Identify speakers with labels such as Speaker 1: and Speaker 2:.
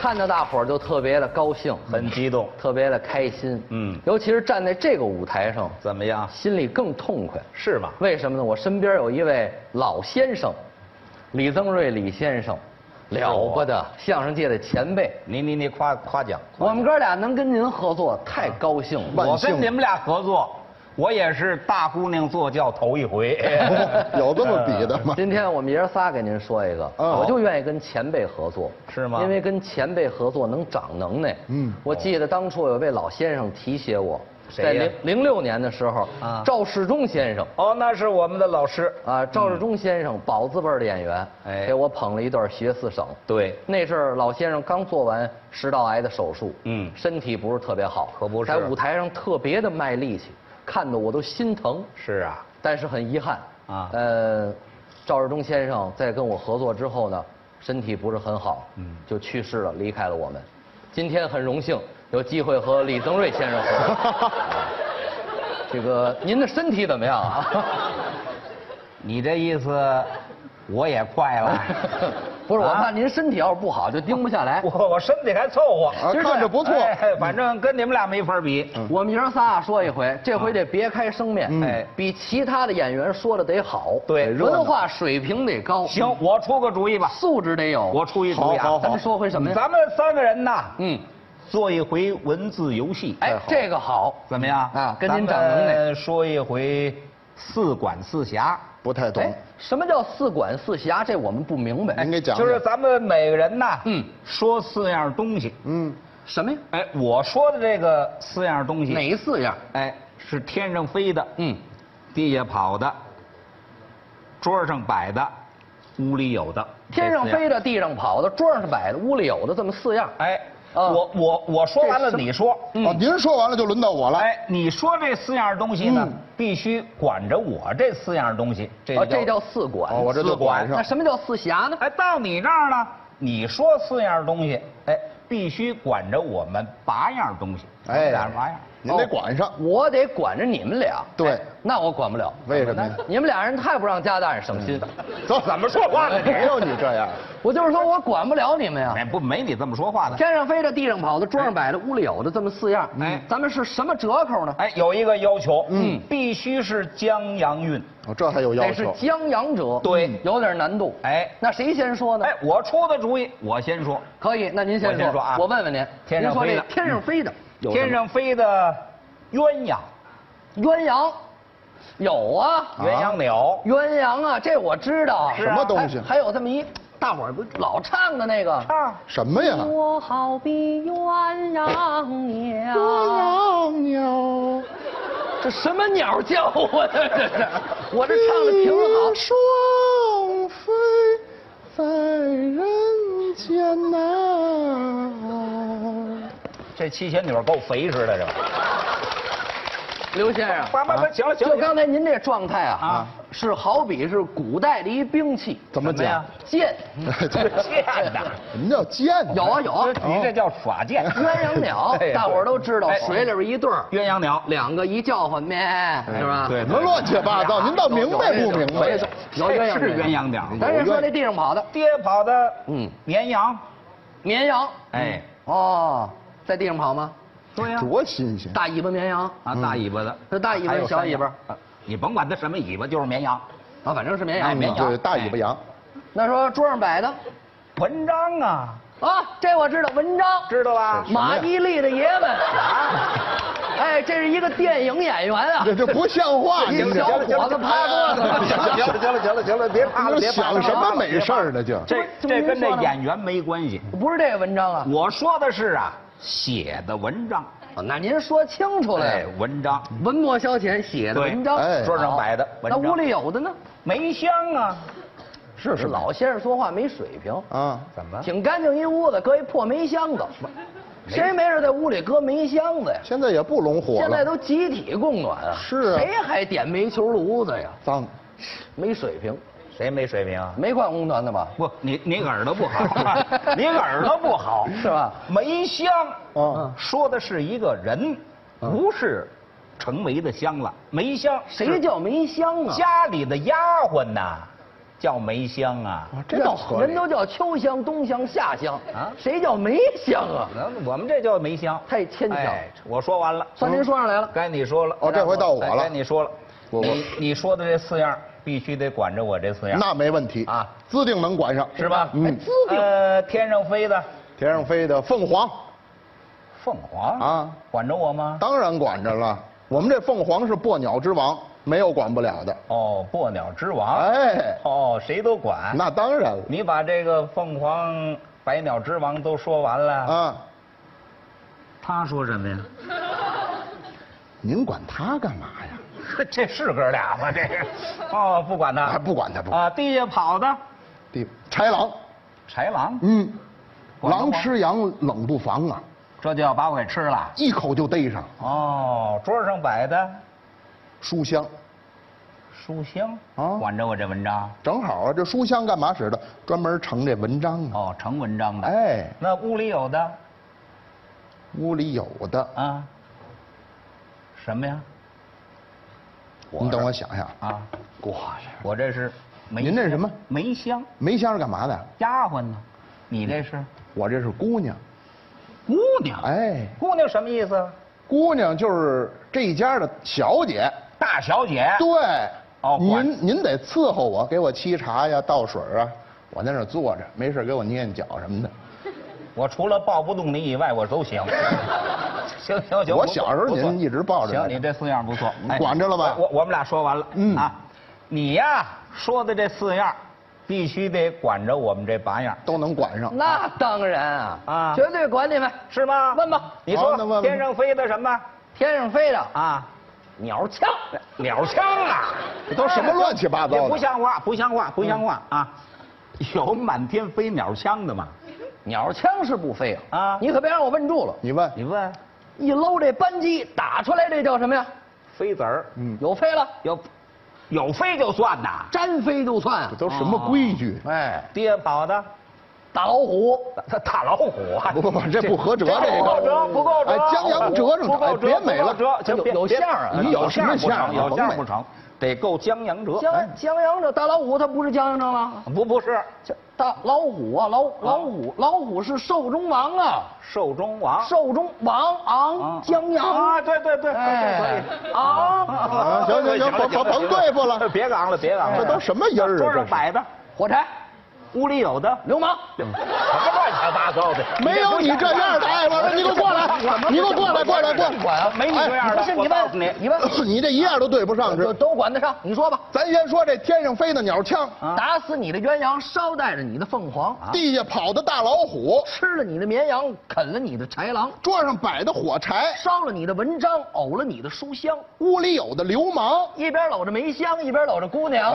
Speaker 1: 看到大伙儿就特别的高兴，
Speaker 2: 很激动，
Speaker 1: 特别的开心。
Speaker 2: 嗯
Speaker 1: 尤其是站在这个舞台上，
Speaker 2: 怎么样？
Speaker 1: 心里更痛快。
Speaker 2: 是吗？
Speaker 1: 为什么呢？我身边有一位老先生，李增瑞李先生，
Speaker 2: 哎
Speaker 1: 了不得，相声界的前辈。
Speaker 2: 你你你夸夸奖，
Speaker 1: 我们哥俩能跟您合作，太高兴了。
Speaker 2: 我
Speaker 3: 万幸
Speaker 2: 跟你们俩合作，我也是大姑娘坐轿头一回。
Speaker 3: 有这么比的吗？
Speaker 1: 今天我们爷儿仨给您说一个，
Speaker 3: 哦
Speaker 1: 我就愿意跟前辈合作，
Speaker 2: 是吗
Speaker 1: 因为跟前辈合作能长能耐。
Speaker 3: 嗯
Speaker 1: 我记得当初有位老先生提携我，
Speaker 2: 谁
Speaker 1: 在
Speaker 2: 呀
Speaker 1: 零零六年的时候
Speaker 2: 啊，
Speaker 1: 赵世忠先生
Speaker 2: 哦，那是我们的老师。
Speaker 1: 啊，赵世忠先生宝字辈儿的演员，
Speaker 2: 哎
Speaker 1: 给我捧了一段学四省。
Speaker 2: 对，
Speaker 1: 那阵儿老先生刚做完食道癌的手术，
Speaker 2: 嗯
Speaker 1: 身体不是特别好，
Speaker 2: 可不是
Speaker 1: 在舞台上特别的卖力气，看得我都心疼。
Speaker 2: 是啊，
Speaker 1: 但是很遗憾
Speaker 2: 啊
Speaker 1: 呃，赵世忠先生在跟我合作之后呢，身体不是很好，
Speaker 2: 嗯
Speaker 1: 就去世了，离开了我们。今天很荣幸有机会和李增瑞先生合 作。这个您的身体怎么样 啊？
Speaker 2: 你这意思，我也快了。
Speaker 1: 不是，我
Speaker 2: 啊
Speaker 1: 怕您身体要是不好就盯不下来。
Speaker 2: 我我身体还凑合，
Speaker 3: 啊
Speaker 2: 真是
Speaker 3: 看着不错
Speaker 2: 哎反正跟你们俩没法比。
Speaker 1: 我们爷儿仨说一回，这回得别开生面，
Speaker 3: 嗯
Speaker 1: 哎，比其他的演员说的得好，
Speaker 2: 对热闹
Speaker 1: 文化水平得高，
Speaker 2: 行，，我出个主意吧，
Speaker 1: 素质得有。
Speaker 2: 我出一主意
Speaker 3: 好
Speaker 2: 啊
Speaker 3: 好。
Speaker 1: 咱们说回什么呀？
Speaker 2: 咱们三个人呐，
Speaker 1: 嗯，
Speaker 2: 做一回文字游戏。
Speaker 1: 哎，这个好，
Speaker 2: 怎么样
Speaker 1: 啊跟您长
Speaker 2: 咱
Speaker 1: 能耐
Speaker 2: 们说一回四管四侠，
Speaker 3: 不太懂
Speaker 1: 哎，，什么叫四管四侠？这我们不明白。
Speaker 3: 您给讲讲。
Speaker 2: 就是咱们每个人呐，
Speaker 1: 嗯
Speaker 2: 说四样东西。
Speaker 3: 嗯，
Speaker 1: 什么呀？
Speaker 2: 哎，我说的这个四样东西，
Speaker 1: 哪四样？
Speaker 2: 哎是天上飞的，
Speaker 1: 嗯，
Speaker 2: 地下跑的，桌上摆的，屋里有的，
Speaker 1: 天上
Speaker 2: 这四样
Speaker 1: 飞的，地上跑的，桌上摆的，屋里有的，这么四样。
Speaker 2: 哎，
Speaker 1: 啊
Speaker 2: 我我我说完了，
Speaker 1: 这是
Speaker 2: 你说。
Speaker 1: 嗯
Speaker 3: 哦，您说完了就轮到我了。
Speaker 2: 哎，你说这四样东西呢，
Speaker 3: 嗯
Speaker 2: 必须管着我这四样东西，这
Speaker 1: 啊，这叫四管。
Speaker 3: 哦，我这就管
Speaker 1: 那
Speaker 3: 上。
Speaker 1: 什么叫四侠呢？
Speaker 2: 哎，到你这儿呢，你说四样东西，哎，必须管着我们八样东西，
Speaker 3: 哎
Speaker 2: 哪八样？
Speaker 3: 您
Speaker 1: 哦
Speaker 3: 得管上。
Speaker 1: 我得管着你们俩。
Speaker 3: 啊
Speaker 1: 哎
Speaker 3: 对
Speaker 1: 那我管不了。
Speaker 3: 为什么呀？
Speaker 1: 你们俩人太不让家大人省心。
Speaker 3: 走，
Speaker 2: 怎么说话呢你
Speaker 3: 没有你这样。
Speaker 1: 我就是说我管不了你们呀。
Speaker 2: 哎，不，没你这么说话的。
Speaker 1: 天上飞的，地上跑的，桌上摆的，屋里有的，这么四样。
Speaker 2: 哎
Speaker 1: 咱们是什么折扣呢？
Speaker 2: 哎，有一个要求，
Speaker 3: 嗯
Speaker 2: 嗯，必须是江洋运。
Speaker 3: 哦，这还有要
Speaker 1: 得是
Speaker 3: 求。
Speaker 1: 江洋折。嗯
Speaker 2: 对
Speaker 1: 有点难度。
Speaker 2: 哎
Speaker 1: 那谁先说呢？
Speaker 2: 哎，我出的主意，我先说，
Speaker 1: 可以，那您先
Speaker 2: 我
Speaker 1: 说。
Speaker 2: 先说啊
Speaker 1: 我问问您，
Speaker 2: 天
Speaker 1: 您
Speaker 2: 上
Speaker 1: 说
Speaker 2: 飞
Speaker 1: 这
Speaker 2: 的嗯
Speaker 1: 天上飞的，有什么
Speaker 2: 天上飞的鸳鸯，
Speaker 1: 鸳鸯，有啊，
Speaker 2: 鸳鸯鸟，
Speaker 1: 鸳鸯啊，这我知道啊。
Speaker 2: 是
Speaker 3: 什么东西
Speaker 1: 还？还有这么一大伙儿不老唱的那个，
Speaker 2: 啊，
Speaker 3: 什么呀？
Speaker 4: 我好比鸳鸯
Speaker 1: 啊
Speaker 4: 鸟，
Speaker 3: 鸳鸯鸟，
Speaker 1: 这什么鸟叫啊？ 这这这，我这唱的挺好
Speaker 3: 一。双飞在人间呐。
Speaker 2: 这七仙女够肥实的，这。
Speaker 1: 刘先生，
Speaker 2: 爸爸，爸行了行
Speaker 1: 啊
Speaker 2: 了，
Speaker 1: 就刚才您这状态啊，
Speaker 2: 啊
Speaker 1: 是好比是古代的一兵器，
Speaker 3: 怎么
Speaker 2: 怎么
Speaker 3: 讲
Speaker 2: 样？
Speaker 1: 剑。
Speaker 2: 贱的，
Speaker 3: 什么叫贱呢？
Speaker 1: 有啊有啊，
Speaker 2: 你这叫耍贱。
Speaker 1: 鸳鸯鸟，
Speaker 2: 哎哎呀
Speaker 1: 大伙儿都知道，
Speaker 2: 哎
Speaker 1: 水里边一对儿，
Speaker 2: 鸳鸯鸟，
Speaker 1: 两个一叫唤，咩，是吧？
Speaker 2: 哎
Speaker 1: 啊
Speaker 2: 对
Speaker 3: 哎什么乱七八糟？您倒明白不明白
Speaker 1: 有啊有
Speaker 3: 呀？
Speaker 1: 鸳鸯
Speaker 2: 这是鸳鸯鸟
Speaker 1: 咱是说那地上跑的
Speaker 2: 爹跑的，
Speaker 1: 嗯
Speaker 2: 嗯，绵羊，
Speaker 1: 绵羊，
Speaker 2: 哎，
Speaker 1: 哦，在地上跑吗？
Speaker 2: 对呀，
Speaker 3: 多新鲜！
Speaker 1: 啊大尾巴绵羊，
Speaker 2: 啊，大尾巴的，
Speaker 1: 那大尾巴
Speaker 2: 还有
Speaker 1: 小尾巴
Speaker 2: 山羊，啊你甭管它什么尾巴，就是绵羊，
Speaker 1: 啊，反正是绵
Speaker 2: 哎
Speaker 1: 羊。
Speaker 2: 绵羊
Speaker 3: 对，大尾巴羊。
Speaker 1: 那说桌上摆的，
Speaker 2: 文章啊，
Speaker 1: 啊，这我知道，文章，
Speaker 2: 知道吧？
Speaker 1: 马伊琍的爷们，哎，这是一个电影演员啊
Speaker 3: 这，这不像话！
Speaker 1: 一
Speaker 3: 您这
Speaker 1: 小伙子趴桌子
Speaker 2: 行
Speaker 1: 上，
Speaker 2: 了行了行了行了行了，别怕了，
Speaker 3: 这
Speaker 2: 别怕
Speaker 3: 想
Speaker 2: 了
Speaker 3: 什么美事儿呢？就
Speaker 2: 这这跟这演员没关系，
Speaker 1: 不是这个文章啊，
Speaker 2: 我说的是啊，写的文章，
Speaker 1: 那您说清楚了
Speaker 2: 哎
Speaker 1: 呀，，
Speaker 2: 文章，
Speaker 1: 文墨消遣写的
Speaker 2: 对
Speaker 1: 文章，
Speaker 3: 哎
Speaker 2: 桌上摆的
Speaker 1: 好
Speaker 2: 文
Speaker 1: 那
Speaker 2: 章
Speaker 1: 屋里有的呢？
Speaker 2: 梅香啊，
Speaker 1: 是是，老先生说话没水平，
Speaker 3: 啊，
Speaker 2: 怎么
Speaker 1: 挺干净一屋子，搁一破煤箱子，谁没事在屋里搁煤箱子呀？
Speaker 3: 现在也不拢火
Speaker 1: 现在
Speaker 3: 了，
Speaker 1: 都集体供暖啊，
Speaker 3: 是啊
Speaker 1: 谁还点煤球炉子呀？
Speaker 3: 脏。
Speaker 1: 没水平，
Speaker 2: 谁没水平啊？
Speaker 1: 没灌红团的吧？
Speaker 2: 不，你你耳朵不好，你耳朵不好
Speaker 1: 是吧？
Speaker 2: 梅香，
Speaker 3: 嗯
Speaker 2: 说的是一个人，
Speaker 1: 嗯
Speaker 2: 不是成梅的香了。梅香
Speaker 1: 谁叫梅香啊？
Speaker 2: 家里的丫鬟呐，叫梅香啊。
Speaker 1: 嗯
Speaker 3: 啊这倒合
Speaker 1: 人
Speaker 3: 理。
Speaker 1: 都叫秋香、冬香、夏香
Speaker 2: 啊
Speaker 1: 谁叫梅香啊？
Speaker 2: 那我们这叫梅香，
Speaker 1: 太牵强
Speaker 2: 哎我说完了，嗯
Speaker 1: 算您说上来了。
Speaker 2: 该你说了。
Speaker 3: 哦这回到我
Speaker 2: 哎
Speaker 3: 了
Speaker 2: 该你说了。
Speaker 1: 我
Speaker 2: 你你说的这四样必须得管着我这四样，
Speaker 3: 那没问题
Speaker 2: 啊，
Speaker 3: 自定能管上，
Speaker 2: 是吧？
Speaker 1: 哎
Speaker 3: 嗯，
Speaker 2: 呃，天上飞的
Speaker 3: 天上飞的凤凰
Speaker 2: 凤凰
Speaker 3: 啊，
Speaker 2: 管着我吗？
Speaker 3: 当然管着了。我们这凤凰是破鸟之王，没有管不了的。
Speaker 2: 哦，破鸟之王。
Speaker 3: 哎，
Speaker 2: 哦，谁都管。
Speaker 3: 那当然了
Speaker 2: 你把这个凤凰、百鸟之王都说完了，
Speaker 3: 啊。
Speaker 2: 他说什 么呀？
Speaker 3: 您管他干嘛呀？
Speaker 2: 这是哥俩吗？这个？哦，不管他
Speaker 3: 啊，，哎不管他不管。
Speaker 2: 啊，地下跑的
Speaker 3: 第豺狼，
Speaker 2: 豺狼，
Speaker 3: 嗯，
Speaker 2: 管得
Speaker 3: 狼
Speaker 2: 慌
Speaker 3: 吃羊冷不防啊，
Speaker 2: 这就要把我给吃了。
Speaker 3: 一口就逮上。
Speaker 2: 哦，桌上摆的
Speaker 3: 书香，
Speaker 2: 书香
Speaker 3: 啊
Speaker 2: 管着我这文章。
Speaker 3: 正好啊，这书香干嘛使的？专门盛这文章啊。
Speaker 2: 哦，成文章的。
Speaker 3: 哎，
Speaker 2: 那屋里有的
Speaker 3: 屋里有的，
Speaker 2: 啊，什么呀？
Speaker 3: 你等我想想。
Speaker 2: 啊，
Speaker 3: 哇塞，
Speaker 2: 我这是梅
Speaker 3: 您这是什么
Speaker 2: 梅香
Speaker 3: 梅香是干嘛的？
Speaker 2: 丫鬟呢？你这是
Speaker 3: 我这是姑娘。
Speaker 2: 姑娘？
Speaker 3: 哎，
Speaker 2: 姑娘什么意思？
Speaker 3: 姑娘就是这一家的小姐。
Speaker 2: 大小姐。
Speaker 3: 对，
Speaker 2: 哎哦管
Speaker 3: 您您得伺候我，给我沏茶呀，倒水啊。我在那儿坐着，没事给我捏捏脚什么的。
Speaker 2: 我除了抱不动你以外，我都 行。行行行，
Speaker 3: 我
Speaker 2: 不错
Speaker 3: 小时候
Speaker 2: 不错
Speaker 3: 您一直抱着呢
Speaker 2: 行，你这四样不错，哎
Speaker 3: 你管着了吧
Speaker 2: 我我我们俩说完了，
Speaker 3: 嗯
Speaker 2: 啊，你呀说的这四样，必须得管着我们这八样，
Speaker 3: 都能管上。
Speaker 1: 那当然啊，
Speaker 2: 啊
Speaker 1: 绝对管你们。
Speaker 2: 是吗？
Speaker 1: 问吧
Speaker 2: 你
Speaker 3: 好那问
Speaker 2: 说
Speaker 3: 问
Speaker 2: 天上飞的什么
Speaker 1: 天上飞的
Speaker 2: 啊？
Speaker 1: 鸟枪，
Speaker 2: 鸟枪啊，
Speaker 3: 这都什么乱七八糟的
Speaker 2: 这不像话，不像话，不像话啊！有满天飞鸟枪的吗？
Speaker 1: 鸟枪是不飞啊。
Speaker 2: 啊
Speaker 1: 你可别让我问住了。
Speaker 3: 你问，
Speaker 2: 你问，
Speaker 1: 一搂这扳机打出来，这叫什么呀？
Speaker 2: 飞子儿
Speaker 3: 嗯，
Speaker 1: 有飞了，有
Speaker 2: 有飞就算呐，
Speaker 1: 沾飞就算啊
Speaker 3: 这。都什么规矩？
Speaker 2: 哦
Speaker 1: 哎，
Speaker 2: 地下跑的。
Speaker 1: 打老虎，
Speaker 2: 大大老虎啊！
Speaker 3: 不不不，这不合辙，这
Speaker 2: 不够
Speaker 3: 个。
Speaker 2: 折，不够折。
Speaker 3: 哎江洋折腾
Speaker 2: 不够
Speaker 3: 哎
Speaker 2: 折，
Speaker 3: 别美了
Speaker 2: 不够折行
Speaker 1: 有
Speaker 2: 别
Speaker 1: 有
Speaker 2: 别
Speaker 1: 相儿啊
Speaker 2: 你有相儿不
Speaker 3: 有相儿
Speaker 2: 成，有相儿
Speaker 3: 甭美
Speaker 2: 不成，得够江洋折。
Speaker 1: 江江洋这大老虎，它不是江洋这吗？
Speaker 2: 不不是
Speaker 1: 这大老虎啊，老老虎，老虎是寿终王啊，
Speaker 2: 寿终王。
Speaker 1: 寿终王
Speaker 2: 啊
Speaker 1: 昂江
Speaker 2: 啊，
Speaker 1: 洋，
Speaker 2: 对对对，
Speaker 1: 哎
Speaker 2: 可以可以。
Speaker 1: 昂
Speaker 3: 啊行行行，甭甭甭对付了，
Speaker 2: 别昂了，别昂了。
Speaker 3: 这都什么音儿啊
Speaker 2: 桌
Speaker 3: 这
Speaker 2: 上
Speaker 3: 是嗯
Speaker 2: 摆的，
Speaker 1: 火柴
Speaker 2: 屋里有的，
Speaker 1: 流氓，
Speaker 2: 什么乱七八糟的？
Speaker 3: 没有你这样的。哎，我说你给我过来，你给我过来，过来，过来。
Speaker 2: 管没你这样
Speaker 1: 哎
Speaker 2: 的。
Speaker 1: 不是
Speaker 2: 我
Speaker 1: 你
Speaker 2: 告诉你
Speaker 1: 问，你问，
Speaker 3: 你这一样都对不
Speaker 1: 都
Speaker 3: 上，这
Speaker 1: 都管得上，你说吧，
Speaker 3: 呃咱先说这天上飞的鸟枪，
Speaker 2: 啊
Speaker 1: 打死你的鸳鸯，捎带着你的凤凰，
Speaker 3: 地下跑的大老虎，
Speaker 1: 吃了你的绵羊，啃了你的豺狼，
Speaker 3: 桌上摆的火柴，
Speaker 1: 烧了你的文章，呕了你的书香，
Speaker 3: 屋里有的流氓。
Speaker 1: 一边搂着梅香，一边搂着姑娘。